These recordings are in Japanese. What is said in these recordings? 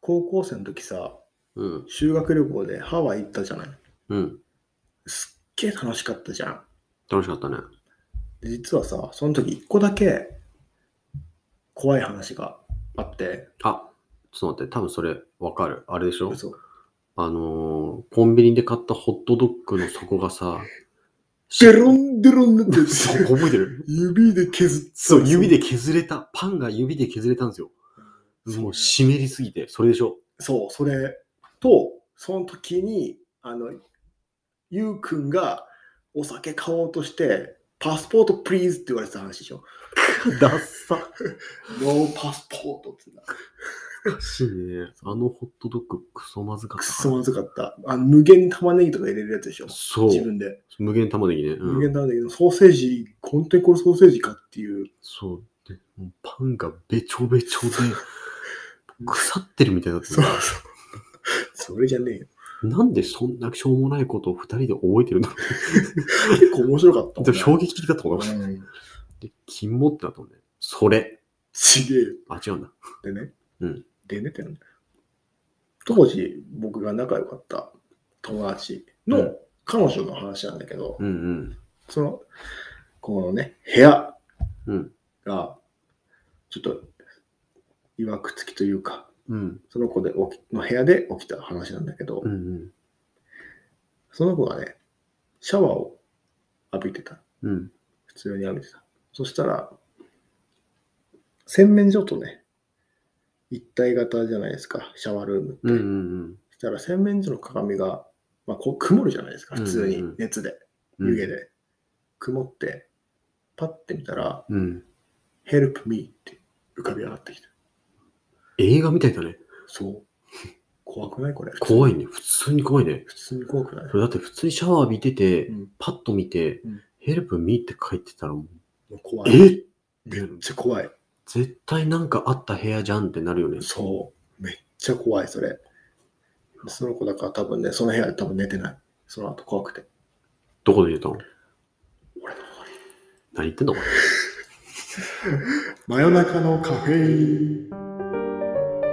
高校生の時さ、うん。修学旅行でハワイ行ったじゃない。うん。すっげえ楽しかったじゃん。楽しかったね。で実はさ、その時一個だけ怖い話があって、あ、ちょっと待って、多分それわかる。あれでしょ嘘あのー、コンビニで買ったホットドッグの底が さ、デロンデロンになってそうて、覚えてる指で削って、そう、指で削れた。パンが指で削れたんですよ。もう湿りすぎて、それでしょそう、それと、その時に、あの、ゆうくんがお酒買おうとして、パスポートプリーズって言われてた話で しょ。ダッサ。ノーパスポートってな。おかしいね。あのホットドッグ、クソまずかっくた。そまずかった。あの無限玉ねぎとか入れるやつでしょ。そう。自分で。無限玉ねぎね。うん無限玉ねぎのソーセージ、本当にこれソーセージかっていう。そう。で、もうパンがべちょべちょで、腐ってるみたいだったそうね。そう。それじゃねえよ。なんでそんなしょうもないことを二人で覚えてるんだろ結構面白かったう。もんでね。も衝撃的だったもんね。うん。で、キモってなったもんね。それ。ちげえよ。あ、違うんだ。でね。うんでねってなんだ当時、僕が仲良かった友達うのん彼女の話なんだけど、うんうん。その、このね、部屋うん。が、ちょっと、いわくつきというか、うん。その子で起きの部屋で起きた話なんだけど、うんうん。その子がね、シャワーを浴びてた。うん。普通に浴びてた。そしたら、洗面所とね、一体型じゃないですか、シャワールームって。うんうんそしたら洗面所の鏡が、まあ、こう曇るじゃないですか、普通うんにうんうん熱で、うん。湯気で。曇って、パッて見たら、うん。 Help me って浮かび上がってきた。映画みたいだね。そう。怖くないこれ。怖い。いね。普通に怖いね。普通に怖くないそれだって普通にシャワー浴びてて、うんパッと見て、うんヘルプミーって書いてたら、もうもう怖い。えめっちゃ怖い。絶対なんかあった部屋じゃんってなるよね。そう。めっちゃ怖い、それ。その子だから多分ね、その部屋で多分寝てない。その後怖くて。どこで入れたの俺の何言ってんのお前真夜中のカフェイン。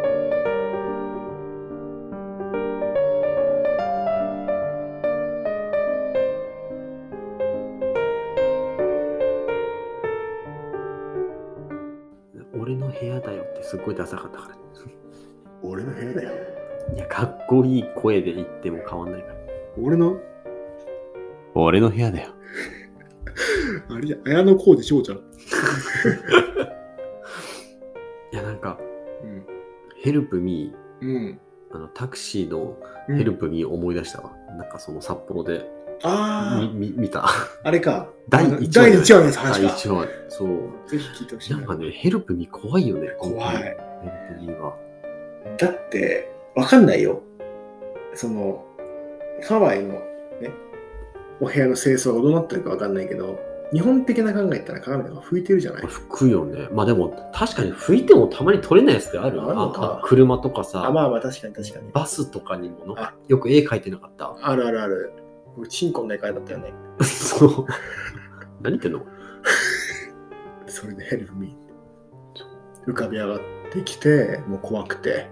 俺の部屋だよってすっごいダサかったから。俺の部屋だよ。いや、かっこいい声で言っても変わんないから。俺の、俺の部屋だよ。あれじゃん、綾小路翔ちゃん。いや、なんか、うん。ヘルプミー、うん。あの、タクシーのヘルプミー思い出したわ。なんかその札幌であみみ見た。あ、あれか。第あの1話。第1話の話 第か。 1話。そう。ぜひ聞いてほしいなな。んかね、ヘルプミー怖いよね。怖ヘい。ルプミーは。だって、わかんないよ。その、ハワイのね、お部屋の清掃がどうなってるかわかんないけど、日本的な考えったら鏡とか拭いてるじゃない吹くよね。まあでも、確かに拭いてもたまに取れないやつってあるあるのかああ車とかあ、さ、まあまあ確かに確かに。バスとかにもなんかあよく絵描いてなかった。あるあるある。俺チンコの中だったよね。そう。何言ってんのそれでヘルプミー浮かび上がってきて、もう怖くて、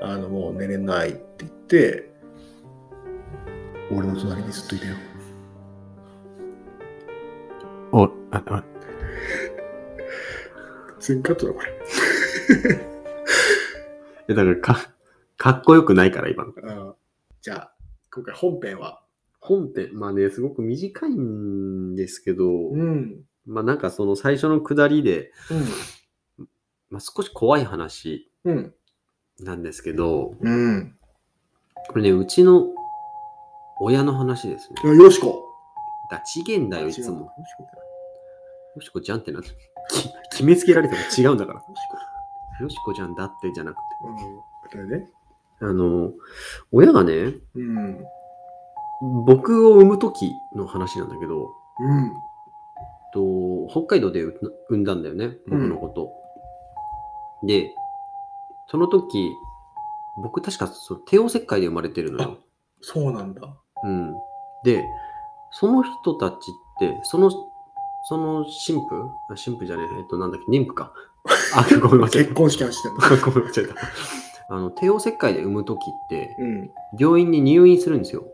あの、もう寝れないって言って、俺の隣にずっといたよ。お、あ、あ、全カットだ、これ。え、だからか、かっこよくないから今の。あじゃあ、今回本編は。本編、まあね、すごく短いんですけど、ん。まあなんかその最初の下りで、うまあ少し怖い話ん。うん。なんですけど、うん。これね、うちの親の話ですね。いやよしこ。だ、ちげんだよ、いつ違うも。。よしこちゃんってなって、き決めつけられても違うんだから。よしこよしこちゃんだってじゃなくて。うん。それであの、親がね、うん。僕を産む時の話なんだけうど、ん。と北海道でう産んだんだよね、僕のこと。で、その時、僕確かその帝王切開で生まれてるのよ。そうなんだ。うん。で、その人たちって、その、その神父あ神父じゃねえ、えっと、なんだっけ、妊婦か。あ、ごめんなさい。結婚式はしてんの。ごめんなさい。あの帝王切開で産む時ってうん。病院に入院するんですよ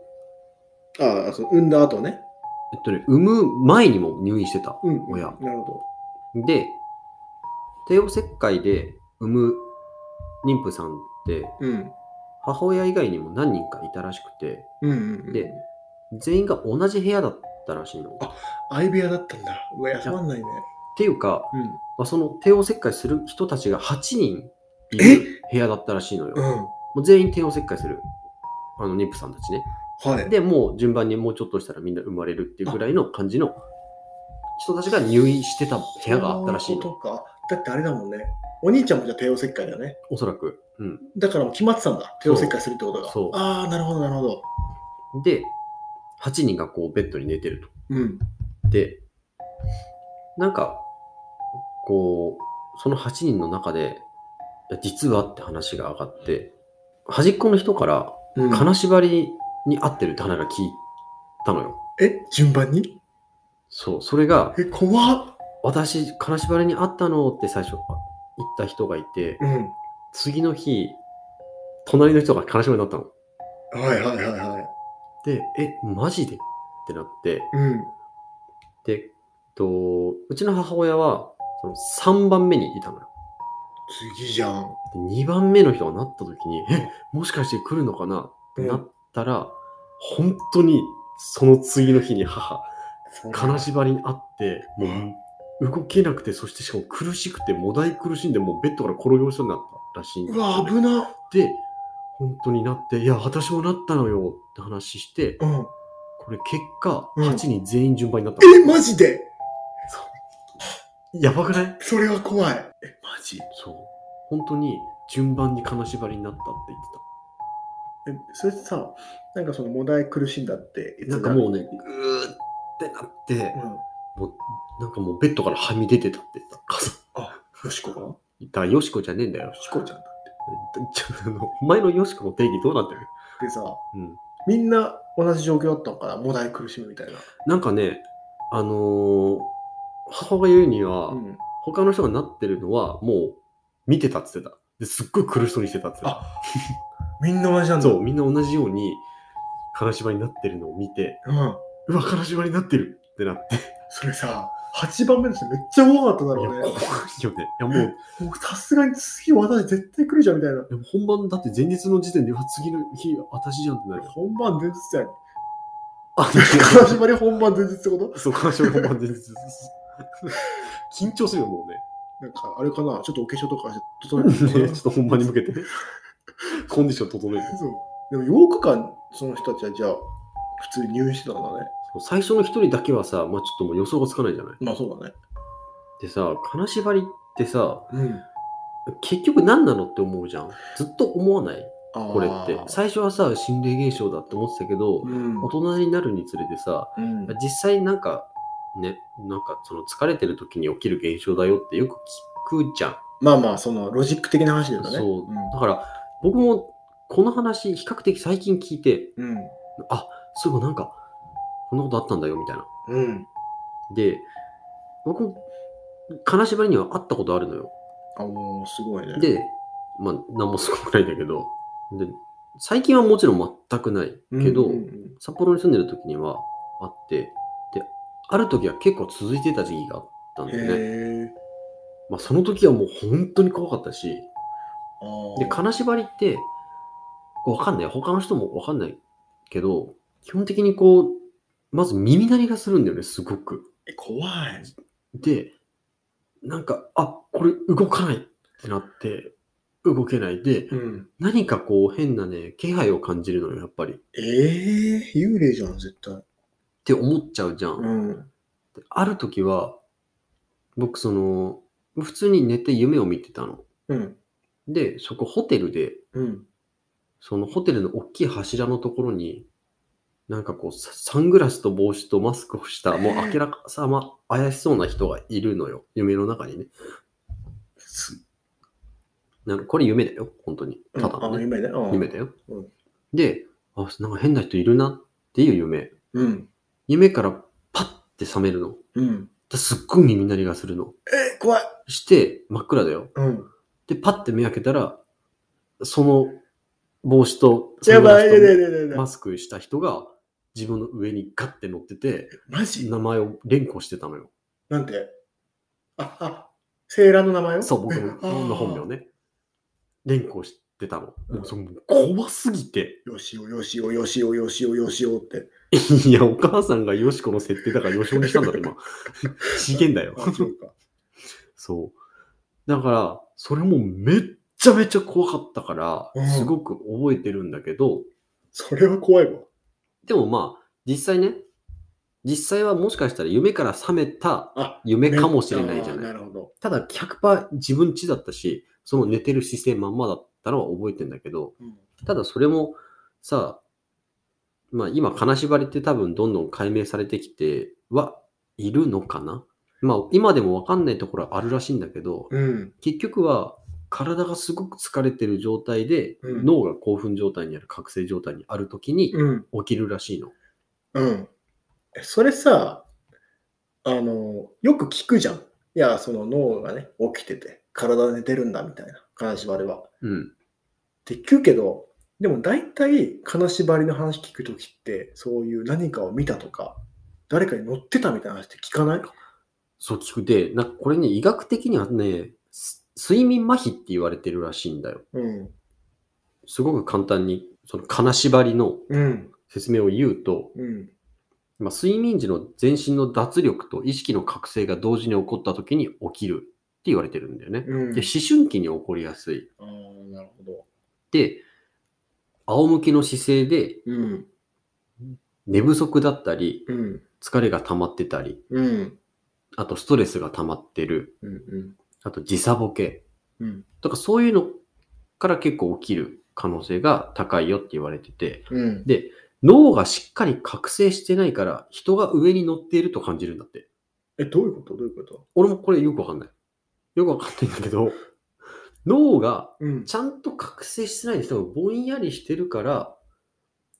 ああ、その産んだ後ね。えっとね産む前にも入院してたうん。親なるほで帝王切開で産む妊婦さんってど。うん。母親以外にも何人かいたらしくてうんうん、うん。で、全員が同じ部屋だったらしいのっあ相部屋だったんだ。うわ、休まんないね。ていうか、うん。まあ、その帝王切開する人たちが8人いる部屋だったらしいのようん。もう全員帝王切開するあの妊婦さんたちねはい。でもう順番にもうちょっとしたらみんな生まれるっていうぐらいの感じの人たちが入院してた部屋があったらしいそうのうことか。だってあれだもんね。お兄ちゃんもじゃあ帝王切開だよね。おそらく、うん、だからもう決まってたんだ。帝王切開するってことが。そうああ、なるほど、なるほど。で8人がこうベッドに寝てるとうん。でなんかこうその8人の中でいや実はって話が上がって端っこの人からうん金縛りに合ってるって話が聞いたのよえ、順番にそうそれがえ、怖っ。私金縛りに合ったのって最初言った人がいてうん。次の日隣の人が金縛りになったのはいはいはいはい。でえマジでってなってうん。で、えっと、うちの母親はその3番目にいたのよ次じゃん。で2番目の人がなった時に、え、もしかして来るのかなってなったら、本当にその次の日に母、金縛りにあって、うもう動けなくて、そしてしかも苦しくて、もだい苦しんで、もうベッドから転げ落ちそうになったらしいんですうよわ、危な。で、本当になって、いや、私もなったのよって話して、うん。これ結果、うん8人全員順番になったの、え、マジでやばくないそれは怖い。え、マジそう。本当に順番に金縛りになったって言ってた。え、それってさ、なんかその、もだい苦しんだって言ってたなんかもうね、ぐーってなって、うん。もう、なんかもうベッドからはみ出てたって言った。母さんあ、よしこがよだ、よしこじゃねえんだよ。しこちゃんだって。ちょあのお前のよしこの定義どうなってるでさ、うん。みんな同じ状況だったのかな、もだい苦しむみたいな。なんかね、あのー母が言うには、うん、他の人がなってるのは、もう、見てたって言ってた。ですっごい苦しそうにしてたって言ってあみんな同じなんた。だ。そう、みんな同じように、金縛りになってるのを見て、うん。うわ、金縛りになってるってなって。それさ、8番目の人めっちゃ怖かっただいや、ろう怖いね。よね。いや、もう、もうさすがに次私絶対来るじゃんみたいな。でも本番だって前日の時点で、うわ、次の日、私じゃんってなる よ。本番前日じゃん。あ、金縛り本番前日ってことそう、金縛り本番前日。緊張するよ、もうね。なんかあれかな、ちょっとお化粧とかして整えてねる ちょっと本番に 向けて。コンディション整えて。そう。でも8日間、その人たちはじゃあ、普通に入院してたんだね。そう最初の一人だけはさ、まあちょっともう予想がつかないじゃない。まあそうだね。でさ、金縛りってさ、うん。結局何なのって思うじゃん。ずっと思わないあーこれって。最初はさ、心霊現象だって思ってたけど、うん大。人になるにつれてさ、うん実際なんか、ね、なんかその疲れてる時に起きる現象だよってよく聞くじゃん。まあまあ、そのロジック的な話だよね。そう、うんだから僕もこの話比較的最近聞いてうん。あそういえばなんかこんなことあったんだよみたいなうん。で僕も金縛りには会ったことあるのよあ、もうすごいね。でまあ何もすごくないんだけどで最近はもちろん全くないけど、うんうんうん札幌に住んでる時にはあってである時は結構続いてた時期があったんだよね、へえ。まあ、その時はもう本当に怖かったしあーで金縛りってこうわかんない他の人もわかんないけど基本的にこうまず耳鳴りがするんだよねすごくえ怖い。でなんかあこれ動かないってなって動けないでうん。何かこう変なね気配を感じるのよやっぱりっええ幽霊じゃん、絶対。て思っちゃうじゃん、うん。である時は僕その普通に寝て夢を見てたのうん。でそこホテルでうん。そのホテルの大きい柱のところに、なんかこう、ササングラスと帽子とマスクをした、もう明らかさま怪しそうな人がいるのよ。夢の中にね。すなのこれ夢だよ、本当に。ただあの、のね夢だよ。うん夢だようん。で、あ、なんか変な人いるなっていう夢。うん。夢からパッて覚めるの。うん。ですっごい耳鳴りがするの。えー怖い。して、真っ暗だよ。うん。で、パッて目開けたら、その帽子とやばい、サやングばラい、スやばいやとばいマスクした人が自分の上にガッて乗ってて、マジ名前を連呼してたのよ。なんてあ、あ、セーラーの名前をそう、僕のあーの本名ね。連呼してたの。もうその怖すぎて。よしお、よしお、よしお、よしお、よしおって。いや、お母さんがよしこの設定だからよしおにしたんだ ろ、今。資源だよ。あそうか。そう。だから、それもめっちゃめちゃ怖かったかうら、んすごく覚えてるんだけど、それは怖いわ。でもまあ、実際ね、実際はもしかしたら夢から覚めたあ、夢かもしれないじゃあーな。ないるほど。ただ100%自分家だったし、その寝てる姿勢まんまだったのは覚えてんだけど、うんただそれもさ、まあ今、金縛りって多分どんどん解明されてきてはいるのかなまあ今でもわかんないところはあるらしいんだけど、うん。結局は体がすごく疲れてる状態で、うん脳が興奮状態にある覚醒状態にある時にうん。起きるらしいの。うん。それさ、あの、よく聞くじゃん。いや、その脳がね、起きてて、体寝てるんだみたいな、金縛りは。っうん。て聞くけど、でも大体、金縛りの話聞くときって、そういう何かを見たとか、誰かに乗ってたみたいな話って聞かないそう聞くで、なんかこれね、医学的にはね、す睡眠麻痺って言われてるらしいんだよ。うん。すごく簡単に、その金縛りのうん。説明を言うと、うん。まあ、睡眠時の全身の脱力と意識の覚醒が同時に起こった時に起きるって言われてるんだよね。うんで、思春期に起こりやすい。ああ、なるほど。で、仰向けの姿勢でうん。寝不足だったり、うん。疲れが溜まってたり、うん。あとストレスが溜まってる、うん。うん。あと時差ボケうん。とかそういうのから結構起きる可能性が高いよって言われてて、うん。で、脳がしっかり覚醒してないから人が上に乗っていると感じるんだって。え、どういうことどういうこと俺もこれよくわかんない。よくわかんないんだけど、脳がうん。ちゃんと覚醒してない人がぼんやりしてるから、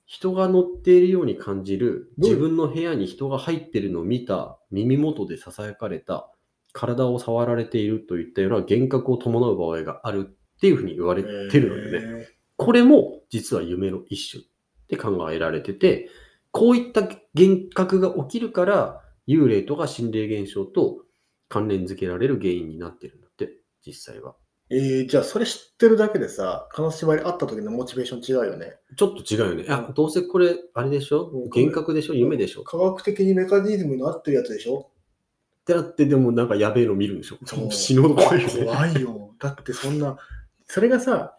人が乗っているように感じる、どうい自う分の部屋に人が入ってるのを見た、耳元で囁かれた、体を触られているといったような幻覚を伴う場合があるっていうふうに言われてるのでね。ね。これも実は夢の一種って考えられてて、こういった幻覚が起きるから、幽霊とか心霊現象と関連付けられる原因になってるんだって、実際は。えー、じゃあそれ知ってるだけでさ、金縛りあった時のモチベーション違うよね。ちょっと違うよね。いや、どうせこれ、あれでしょうん幻覚でしょ夢でしょっ科学的にメカニズムになってるやつでしょてなって、でもなんかやべえの見るんでしょそう死ぬほど怖いよね怖いよ。だってそんな、それがさ、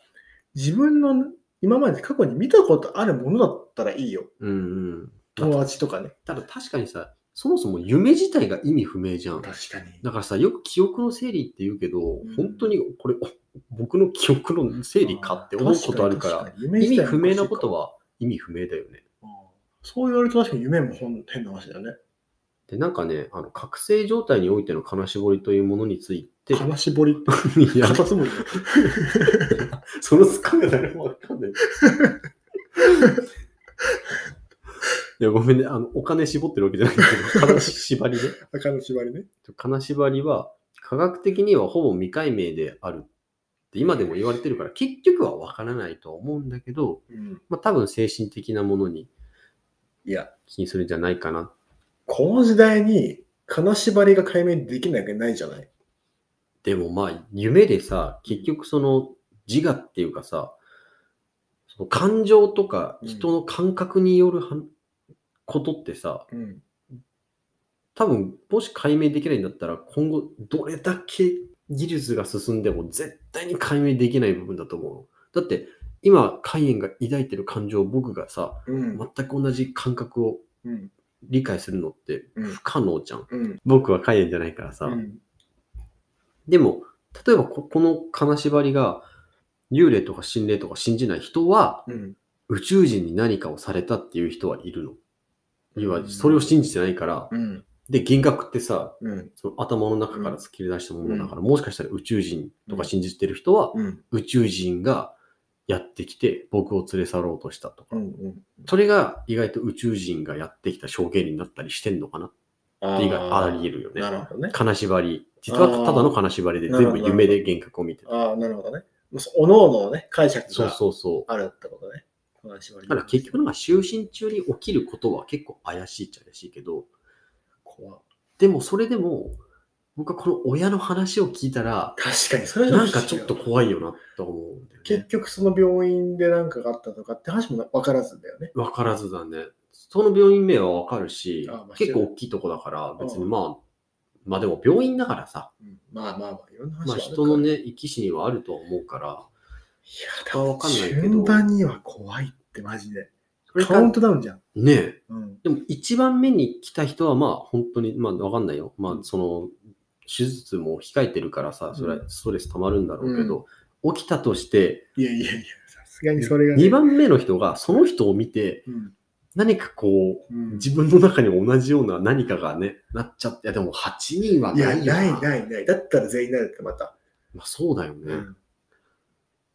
自分の今まで過去に見たことあるものだったらいいよ。うんうん。友達とかね。ただ確かにさ、そもそも夢自体が意味不明じゃん。かに。だからさ、よく記憶の整理って言うけど、ん本当にこれ、お僕の記憶の整理かって思うことあるから、意味不明なことは。は意味不明だよね。そう言われると確かに夢も本変な話だよね。で、なんかね、あの覚醒状態においての金絞りというものについて、 金絞りって、いやカタツムリ。そのつかみ誰もわかんない。い や、ごめんね。あの、お金絞ってるわけじゃないんだけど、金縛りね。金縛りね。金縛りは、科学的にはほぼ未解明であるって今でも言われてるから、結局はわからないとは思うんだけど、うん。まあ多分精神的なものにいや、気にするんじゃないかな。この時代に金縛りが解明できないわけないじゃない。でもまあ、夢でさ、結局その自我っていうかさ、その感情とか人の感覚によるはんことってさ、うん。多分もし解明できないんだったら今後どれだけ技術が進んでも絶対に解明できない部分だと思うのだって今カイエンが抱いてる感情を僕がさうん。全く同じ感覚をうん。理解するのってうん不可能じゃん、うん。僕はカイエンじゃないからさ、でも例えばここの金縛りが幽霊とか心霊とか信じない人はうん。宇宙人に何かをされたっていう人はいるの要うはんそれを信じてないから、うん。で幻覚ってさうん。その頭の中から突き出したものだから、もしかしたら宇宙人とか信じてる人は、うん。宇宙人がやってきて僕を連れ去ろうとしたとか、うん。それが意外と宇宙人がやってきた証言になったりしてんのかなっていうがあり得るよね。なるほどね。金縛り。実はただの金縛りで全あ部ー夢で幻覚を見てた。ああ、なるほどね。おのおのね、解釈そうがそうそう。あるってことね。話はありだから結局なんか就寝中に起きることは結構怪しいっちゃ怪しいけど、怖でもそれでも、僕はこの親の話を聞いたら、確かに、それはなんかちょっと怖いよなと思うんだよ結ね。局その病院で何かがあったとかって話も分からずだよね。わからずだね。その病院名はわかるしあまあ、結構大きいとこだから、別にうんまあ、まあでも病院だからさ、うんまあまあまあ、いろんな話まはああるから人のね、生き死にはあるとは思うから、い人や、はわわかかんんなないいけけどど。順番には怖いってマジで。それカかウントダウンじゃん。ねえ、うん。でも一番目に来た人はまあ本当にまあわかんないよ。まあその手術も控えてるからさ、それはストレス溜まるんだろうけど、起きたとして、いやいやいや、さすがにそれが、ね。 2番目の人がその人を見て、うん。何かこうう、ん、自分の中にも同じような何かがね、なっちゃって、いやでも8人はいなや、いよないないない。だったら全員なるってまた。まあ、そうだよね。うん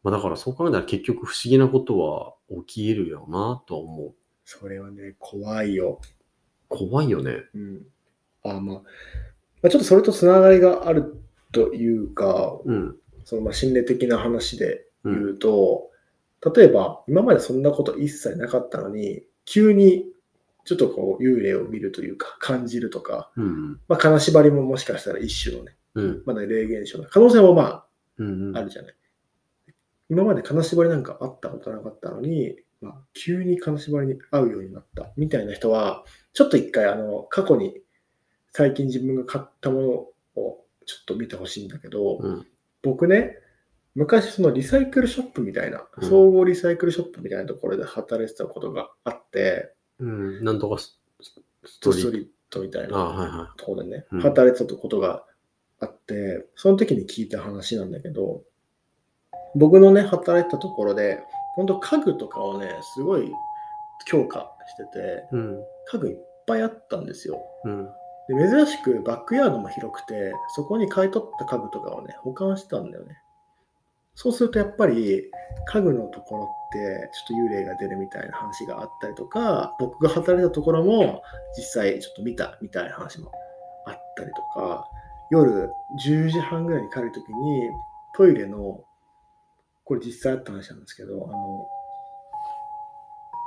まあだからそう考えたら結局不思議なことは起きえるよなとは思う。それはね、怖いよ。怖いよね。うん。あまあ、まあ、ちょっとそれとつながりがあるというか、うん。そのまあ心理的な話でう言ん、うと、例えば今までそんなこと一切なかったのに、急にちょっとこう幽霊を見るというか、感じるとか、うん。まあ、金縛りももしかしたら一種のね、うん。まだ霊現象の可能性もまうん。うんああるじゃない。今まで金縛りなんかあったことなかったのに、まあ、急に金縛りに会うようになったみたいな人は、ちょっと一回あの過去に最近自分が買ったものをちょっと見てほしいんだけど、うん。僕ね、昔そのリサイクルショップみたいな、うん総合リサイクルショップみたいなところで働いてたことがあって、うん。なんとかスススストトリリートみたいあなはいはい。ところでねうん、働いてたことがあって、その時に聞いた話なんだけど、僕のね、働いてたところで、本当家具とかをね、すごい強化してて、うん。家具いっぱいあったんですよ。うん。で珍しくバックヤードも広くて、そこに買い取った家具とかをね、保管してたんだよね。そうするとやっぱり家具のところってちょっと幽霊が出るみたいな話があったりとか、僕が働いたところも実際ちょっと見たみたいな話もあったりとか、夜10時半ぐらいに帰るときにトイレの、これ実際あった話なんですけど、あの、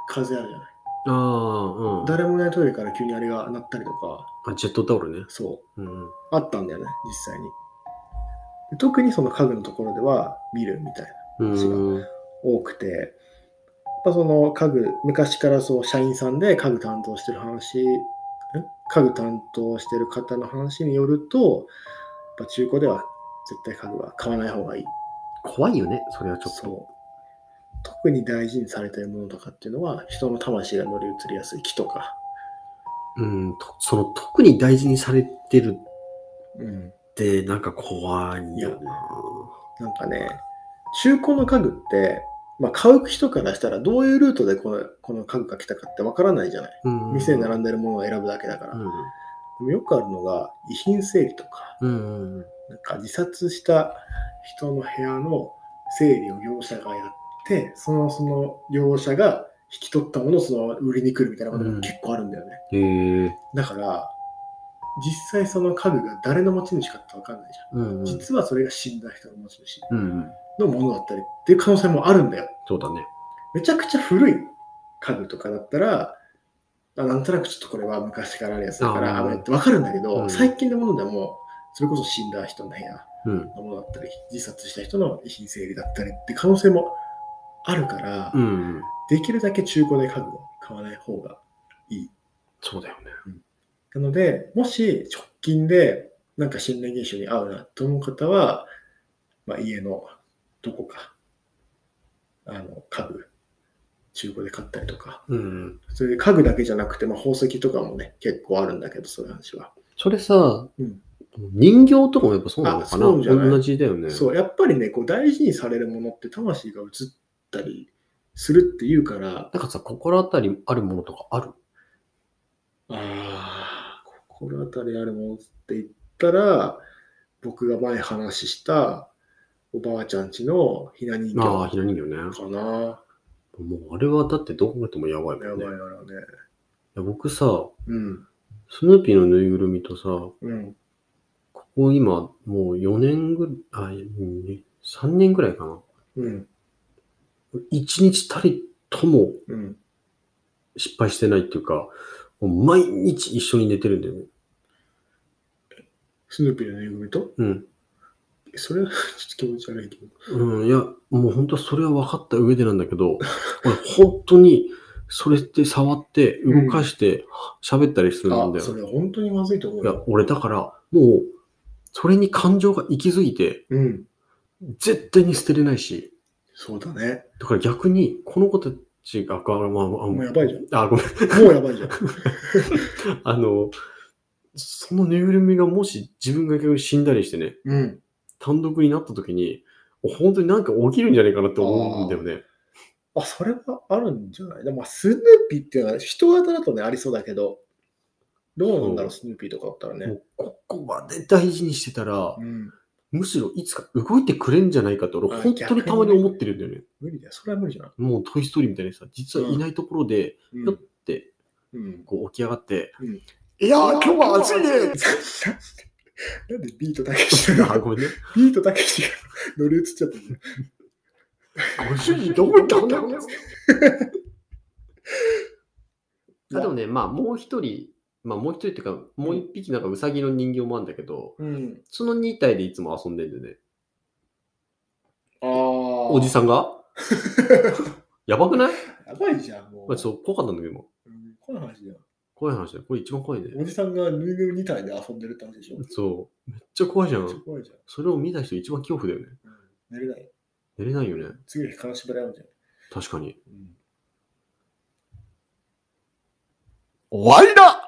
風あるじゃない。ああ、うん。誰もいないトイレから急にあれが鳴ったりとか、あジェットタオルね。そう。うん。あったんだよね、実際に。で特にその家具のところでは見るみたいな、うん。多くて、やっぱその家具、昔からそう社員さんで家具担当してる話、ん家具担当してる方の話によると、やっぱ中古では絶対家具は買わない方がいい。怖いよね、それはちょっと。そう特に大事にされてるものとかっていうのは、人の魂が乗り移りやすい木とか、うん。とその特に大事にされてるうん、って、なんか怖いよな。なんかね、中古の家具って、まあ、買う人からしたらどういうルートでこのこの家具が来たかってわからないじゃない。うん店に並んでるものを選ぶだけだから。でもよくあるのが、遺品整理とか、うん。うん。うん。なんか自殺した人の部屋の整理を業者がやって、そのその業者が引き取ったものをそのまま売りに来るみたいなことうんが結構あるんだよね。へえ。だから、実際その家具が誰の持ち主かってわかんないじゃん。うん。うん実はそれが死んだ人の持ち主うん。のものだったりっていう可能性もあるんだよ。そうだね。めちゃくちゃ古い家具とかだったら、あなんとなくちょっとこれは昔からあるやつだから、あーあれってわかるんだけど、うん最近のものでも、それこそ死んだ人の部屋うん。のものだったり、自殺した人の遺品整理だったりって可能性もあるから、うん。できるだけ中古で家具を買わない方がいい。そうだよね。なので、もし直近でなんか心霊現象に合うなと思う方は、まあ、家のどこか、あの、家具、中古で買ったりとか、うん。それで家具だけじゃなくて、まあ、宝石とかもね、結構あるんだけど、そういう話は。それさうん、人形とかもやっぱそうなのかなあそうじゃない同じだよね。そう、やっぱりね、こう大事にされるものって魂が移ったりするっていうから、なんかさ、心当たりあるものとかあるああ、心当たりあるものって言ったら、僕が前話したおばあちゃんちのひな人ああ、形ひな人形ね。かな。もうあれはだってどこかでもやばいやもんばねい。やろうね。いや僕さ、うん。スヌーピーのぬいぐるみとさ、うん。ここ今もう4年ぐらい、あ、3年ぐらいかな。うん。一日たりともうん。失敗してないっていうか、もう毎日一緒に寝てるんだよね。スヌーピーのぬいぐるみとうん。それはちょっと気持ち悪いけど。うん、いや、もう本当はそれは分かった上でなんだけど、 俺本当にそれって触って、動かして、喋ったりするんあ、だよ。それ本当にまずいと思ういやよ。、俺だから、もう、それに感情が行きづいて、うん。絶対に捨てれないし、そうだね。だから逆に、この子たちが、あ、まあ、まあ、もうやばいじゃん。あ、ごめん。 もうやばいじゃん。あの、そのぬいぐるみがもし自分が逆に死んだりしてね、うん。単独になった時に、本当になんか起きるんじゃないかなって思うんだよね。あ、それはあるんじゃないでも、まあスヌーピーっていうのは人型だとね、ありそうだけど、どうなんだろう、そスヌーピーとかだったらもね。うここまで大事にしてたら、うん。むしろいつか動いてくれんじゃないかと俺あ本当にたまに思ってるんだよね。無理だよ。それは無理じゃない。もうトイストーリーみたいにさ、実はいないところで、うひょっん。てうん、こう起き上がって、うんいやー今日は暑いね なんでビートたけしがあ、、ごめんね。ビートたけしが乗り移っちゃったんだよご主人どこ行ったんだろうね あでもね、まあもう一人、まあもう一人っていうか、もう一匹なんかウサギの人形もあるんだけど、うん。その2体でいつも遊んでるんだよね。ああ。おじさん がやばくない、ん。やばいじゃん、もう。まあ、そう、怖かったんだけど今、うんこの話だよ。怖い話だよ。これ一番怖いね。おじさんがぬいぐるみ2体で遊んでるって話でしょ。そう。めっちゃ怖いじゃめっちゃん。怖いじゃん。それを見た人一番恐怖だよね。うん寝れない。寝れないよね。次の日悲しばれ合うんじゃない確かに。うん終わりだ